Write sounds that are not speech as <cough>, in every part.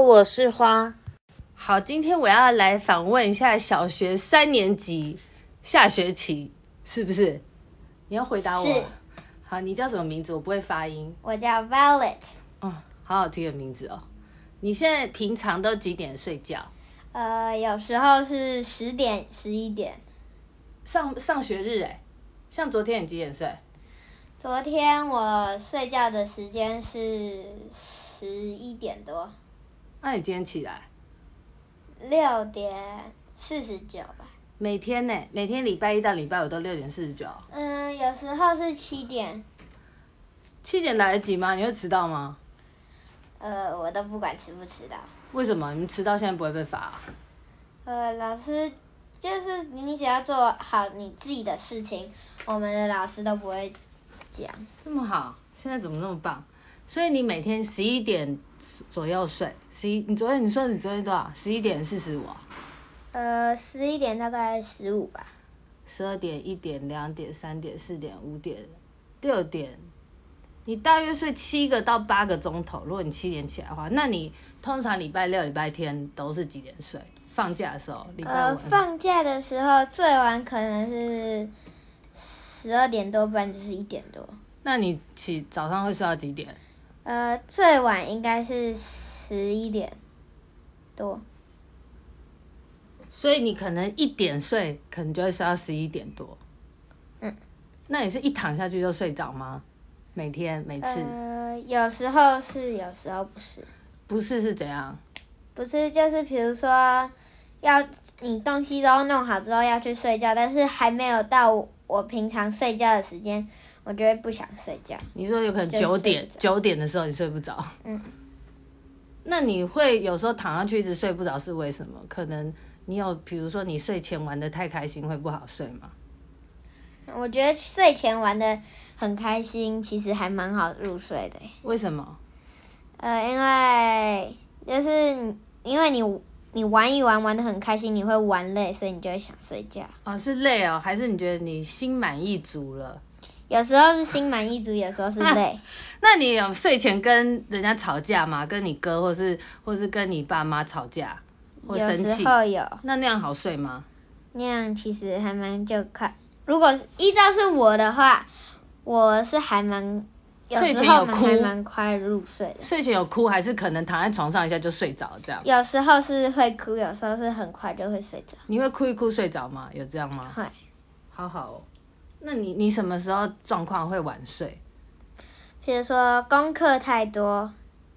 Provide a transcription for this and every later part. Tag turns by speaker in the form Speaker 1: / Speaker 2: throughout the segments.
Speaker 1: 我是花。
Speaker 2: 好，今天我要来访问一下小学三年级下学期，是不是？你要回答我
Speaker 3: 是
Speaker 2: 啊。好，你叫什么名字？我不会发音。
Speaker 3: 我叫 Violet，
Speaker 2: 哦，好好听的名字哦。你现在平常都几点睡觉？
Speaker 3: 呃，有时候是十点、十一点。
Speaker 2: 上上学日哎，像昨天你几点睡？
Speaker 3: 昨天我睡觉的时间是十一点多，
Speaker 2: 那你今天起来？
Speaker 3: 六点四十九吧。
Speaker 2: 每天呢？每天礼拜一到礼拜五都六点四十九，
Speaker 3: 嗯，有时候是七点，
Speaker 2: 七点来得及吗？你会迟到吗？
Speaker 3: 呃，我都不管迟不迟到。
Speaker 2: 为什么你们迟到现在不会被罚啊、
Speaker 3: 呃，老师就是你只要做好你自己的事情，我们的老师都不会讲。
Speaker 2: 这么好，现在怎么那么棒？所以你每天十一点左右睡，十一你昨天你说你昨天多少？十一点四十五，啊
Speaker 3: 呃，十一点大概十五吧。
Speaker 2: 十二点、一点、两点、三点、四点、五点、六点，你大约睡七个到八个钟头。如果你七点起来的话，那你通常礼拜六、礼拜天都是几点睡？放假的时候，礼拜
Speaker 3: 呃，
Speaker 2: 五、
Speaker 3: 放假的时候最晚可能是十二点多，不然就是一点多。
Speaker 2: 那你起早上会睡到几点？
Speaker 3: 呃，最晚应该是十一点多。
Speaker 2: 所以你可能一点睡，可能就会睡到十一点多。
Speaker 3: 嗯，
Speaker 2: 那你是一躺下去就睡着吗？每天每次、
Speaker 3: 呃，有时候是，有时候不是，
Speaker 2: 不是是怎样？
Speaker 3: 不是就是比如说，要你东西都弄好之后要去睡觉，但是还没有到我我平常睡觉的时间，我就会不想睡觉。
Speaker 2: 你说有可能
Speaker 3: 就睡
Speaker 2: 九
Speaker 3: 不
Speaker 2: 点
Speaker 3: 着
Speaker 2: 九点的时候你睡不着，
Speaker 3: 嗯，
Speaker 2: 那你会有时候躺下去一直睡不着是为什么？可能你有比如说你睡前玩的太开心会不好睡吗？
Speaker 3: 我觉得睡前玩的很开心，其实还蛮好入睡的耶。欸
Speaker 2: 为什么？
Speaker 3: 呃，因为就是你因为你你玩一玩玩的很开心，你会玩累，所以你就会想睡觉。
Speaker 2: 哦，是累哦，还是你觉得你心满意足了？
Speaker 3: 有时候是心满意足，有时候是
Speaker 2: <laughs>
Speaker 3: 累。
Speaker 2: 那你有睡前跟人家吵架吗？跟你哥或是或是跟你爸妈吵架或
Speaker 3: 有
Speaker 2: 生气
Speaker 3: 时？候有
Speaker 2: 那那样好睡吗？
Speaker 3: 那样，其实还蛮就看。如果是依照是我的话，我是还蛮有
Speaker 2: 睡
Speaker 3: 时
Speaker 2: 前
Speaker 3: 候
Speaker 2: 有
Speaker 3: 蛮
Speaker 2: 哭
Speaker 3: 还蛮快入睡的。
Speaker 2: 睡前有哭，还是可能躺在床上一下就睡着这样？
Speaker 3: 有时候是会哭，有时候是很快就会睡着。
Speaker 2: 你会哭一哭睡着吗？有这样吗？
Speaker 3: 会，
Speaker 2: 好好哦。那你你什么时候状况会晚睡？
Speaker 3: 比如说功课太多，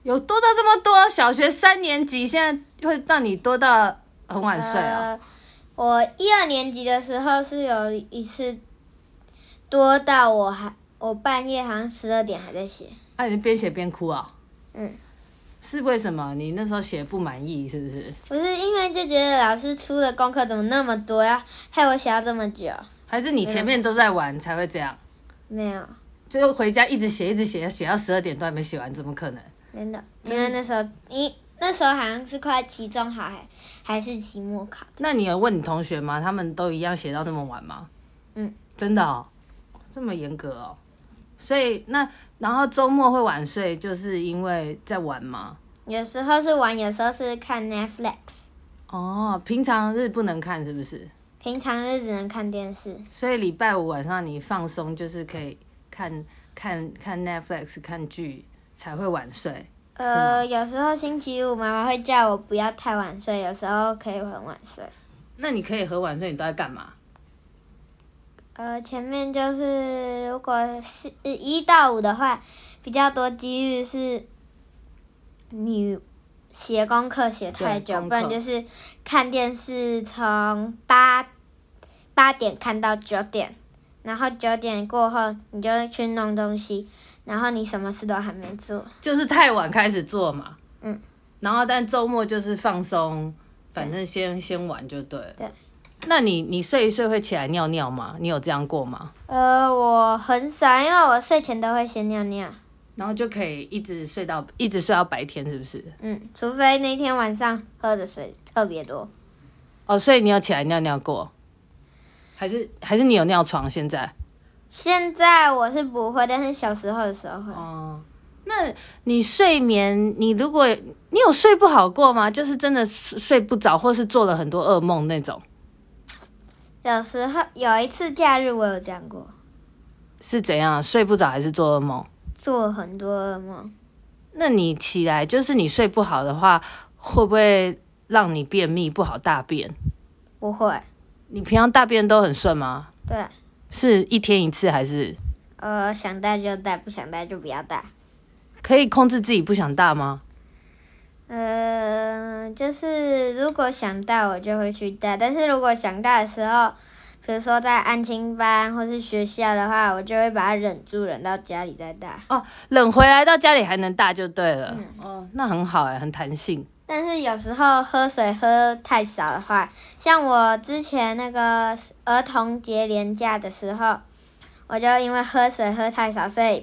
Speaker 2: 有多到这么多？小学三年级现在会让你多到很晚睡哦。
Speaker 3: 呃，我一二年级的时候是有一次多到我还我半夜好像十二点还在写，
Speaker 2: 那、你边写边哭啊、
Speaker 3: 嗯，
Speaker 2: 是为什么？你那时候写不满意是不是？
Speaker 3: 不是因为就觉得老师出的功课怎么那么多呀、害我写到这么久，
Speaker 2: 还是你前面都在玩才会这样？
Speaker 3: 没有，
Speaker 2: 就是回家一直写，一直写，写到十二点都还没写完，怎么可能？
Speaker 3: 真的，因为那时候一那时候好像是快期中考还还是期末考，
Speaker 2: 那你有问你同学吗？他们都一样写到那么晚吗？
Speaker 3: 嗯，
Speaker 2: 真的哦，这么严格哦。所以那然后周末会晚睡，就是因为在玩吗？
Speaker 3: 有时候是玩，有时候是看 Netflix，
Speaker 2: 哦，平常日不能看是不是？
Speaker 3: 平常日只能看电视，
Speaker 2: 所以礼拜五晚上你放松，就是可以看看看 Netflix 看剧才会晚睡。
Speaker 3: 呃，有时候星期五妈妈会叫我不要太晚睡，有时候可以很晚睡。
Speaker 2: 那你可以和晚睡，你都在干嘛？
Speaker 3: 呃，前面就是如果是呃一到五的话，比较多机遇是你写功课写太
Speaker 2: 对
Speaker 3: 久，
Speaker 2: 功
Speaker 3: 不
Speaker 2: 课
Speaker 3: 然就是看电视从八八点看到九点，然后九点过后你就去弄东西，然后你什么事都还没做。
Speaker 2: 就是太晚开始做嘛。
Speaker 3: 嗯。
Speaker 2: 然后，但周末就是放松，反正先先玩就对了。
Speaker 3: 对。
Speaker 2: 那你你睡一睡会起来尿尿吗？你有这样过吗？
Speaker 3: 呃，我很少，因为我睡前都会先尿尿。
Speaker 2: 然后就可以一直睡到一直睡到白天，是不是？
Speaker 3: 嗯，除非那天晚上喝的水特别多，
Speaker 2: 哦，所以你有起来尿尿过，还是还是你有尿床？现在？
Speaker 3: 现在我是不会，但是小时候的时候会。
Speaker 2: 哦，那你睡眠，你如果你有睡不好过吗？就是真的睡睡不着，或是做了很多噩梦那种，
Speaker 3: 有时候有一次假日我有这样过，
Speaker 2: 是怎样？睡不着还是做噩梦？
Speaker 3: 做很多噩梦。
Speaker 2: 那你起来就是你睡不好的话，会不会让你便秘不好大便？
Speaker 3: 不会，
Speaker 2: 你平常大便都很顺吗？
Speaker 3: 对，
Speaker 2: 是一天一次还是
Speaker 3: 呃，想带就带，不想带就不要带。
Speaker 2: 可以控制自己不想大吗？
Speaker 3: 呃，就是如果想带我就会去带，但是如果想带的时候，比如说在安亲班或是学校的话，我就会把它忍住，忍到家里再带。
Speaker 2: 哦冷回来到家里还能大就对了。哦，那很好哎、很弹性。
Speaker 3: 但是有时候喝水喝太少的话，像我之前那个儿童节连假的时候，我就因为喝水喝太少，所以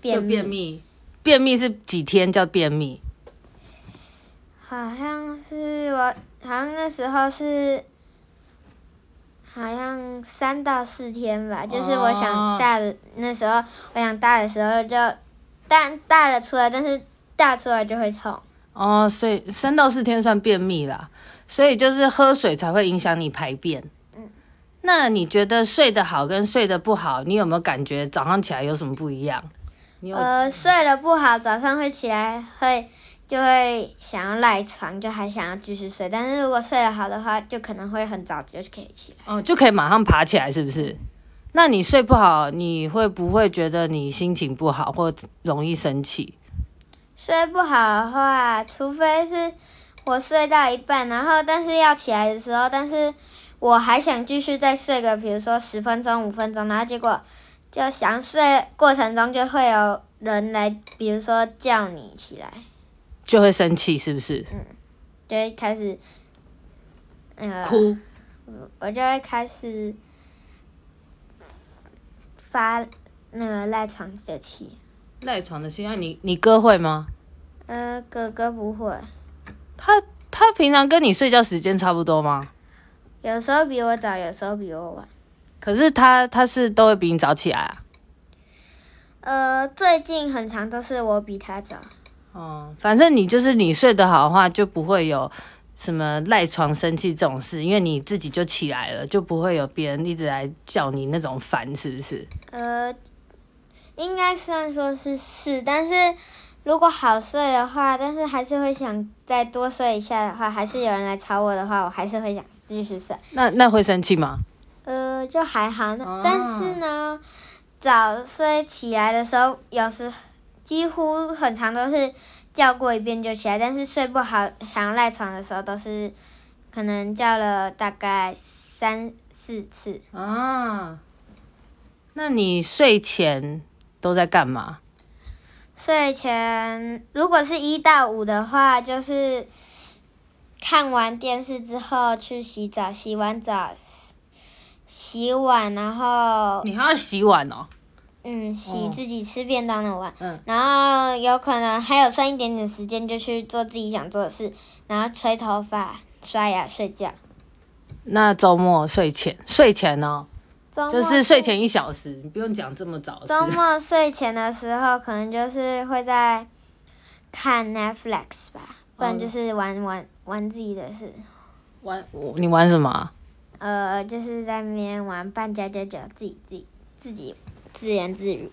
Speaker 2: 就
Speaker 3: 便
Speaker 2: 便秘，便秘是几天叫便秘？
Speaker 3: 好像是我，好像那时候是，好像三到四天吧。就是我想大的、那时候，我想大的时候就，但大了出来，但是大出来就会痛。
Speaker 2: 哦，所以三到四天算便秘啦。所以就是喝水才会影响你排便。那你觉得睡得好跟睡得不好，你有没有感觉早上起来有什么不一样？你有
Speaker 3: 呃，睡得不好，早上会起来会就会想要赖床，就还想要继续睡。但是如果睡得好的话，就可能会很早就可以起来。
Speaker 2: 哦，就可以马上爬起来，是不是？那你睡不好，你会不会觉得你心情不好或容易生气？
Speaker 3: 睡不好的话，除非是我睡到一半，然后但是要起来的时候，但是我还想继续再睡个，比如说十分钟、五分钟，然后结果就想睡过程中就会有人来，比如说叫你起来，
Speaker 2: 就会生气，是不是？
Speaker 3: 就会开始呃那个，
Speaker 2: 哭。
Speaker 3: 我就会开始发那个赖床的气。
Speaker 2: 赖床的心啊，你你哥会吗？
Speaker 3: 呃，哥哥不会，
Speaker 2: 他他平常跟你睡觉时间差不多吗？
Speaker 3: 有时候比我早，有时候比我晚。
Speaker 2: 可是他他是都会比你早起来啊。
Speaker 3: 呃，最近很长都是我比他早。
Speaker 2: 哦，反正你就是你睡得好的话，就不会有什么赖床生气这种事，因为你自己就起来了，就不会有别人一直来叫你那种烦，是不是？
Speaker 3: 呃，应该算说是是，但是如果好睡的话，但是还是会想再多睡一下的话，还是有人来吵我的话，我还是会想继续睡。
Speaker 2: 那那会生气吗？
Speaker 3: 呃，就还好呢，
Speaker 2: 哦
Speaker 3: 但是呢，早睡起来的时候，有时几乎很长都是叫过一遍就起来，但是睡不好想要赖床的时候，都是可能叫了大概三四次。
Speaker 2: 啊，那你睡前都在干嘛？
Speaker 3: 睡前如果是一到五的话，就是看完电视之后去洗澡，洗完澡洗洗碗，然后
Speaker 2: 你还要洗碗哦。
Speaker 3: 嗯洗自己吃便当的碗，
Speaker 2: 嗯
Speaker 3: 然后有可能还有剩一点点时间就去做自己想做的事，然后吹头发、刷牙、睡觉。
Speaker 2: 那周末睡前，睡前哦，
Speaker 3: 周末
Speaker 2: 就是睡前一小时，你不用讲这么早的
Speaker 3: 周
Speaker 2: 事。
Speaker 3: 末睡前的时候，可能就是会在看 Netflix 吧，不
Speaker 2: 哦
Speaker 3: 然就是玩玩玩自己的事。
Speaker 2: 玩你玩什么啊？
Speaker 3: 呃，就是在那边玩扮家家酒，自己自己自己自言自语。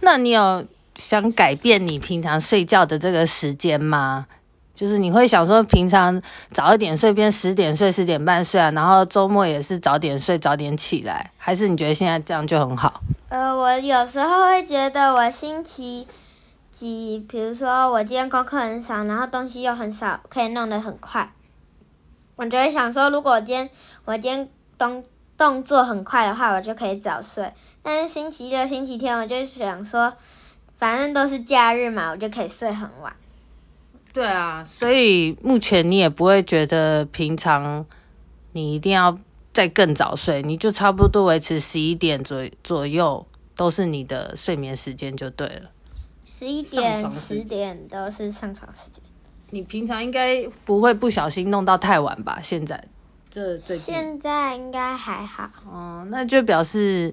Speaker 2: 那你有想改变你平常睡觉的这个时间吗？就是你会想说，平常早一点睡，变十点睡、十点半睡啊，然后周末也是早点睡、早点起来，还是你觉得现在这样就很好？
Speaker 3: 呃，我有时候会觉得我星期几，比如说我今天功课很少，然后东西又很少，可以弄得很快。我就会想说，如果我今天我今天动动作很快的话，我就可以早睡。但是星期六、星期天，我就想说，反正都是假日嘛，我就可以睡很晚。
Speaker 2: 对啊，所以目前你也不会觉得平常你一定要再更早睡，你就差不多维持十一点左左右都是你的睡眠时间就对了。
Speaker 3: 十一
Speaker 2: 上
Speaker 3: 点、
Speaker 2: 床时
Speaker 3: 十点都是上床时间。
Speaker 2: 你平常应该不会不小心弄到太晚吧？现在这最近，
Speaker 3: 现在应该还好。
Speaker 2: 哦、那就表示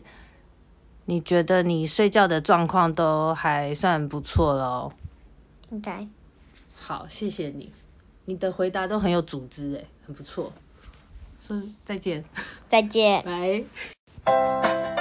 Speaker 2: 你觉得你睡觉的状况都还算不错哦喽？
Speaker 3: 应该
Speaker 2: 好，谢谢你，你的回答都很有组织、欸，很不错。说再见，
Speaker 3: 再见。
Speaker 2: 拜。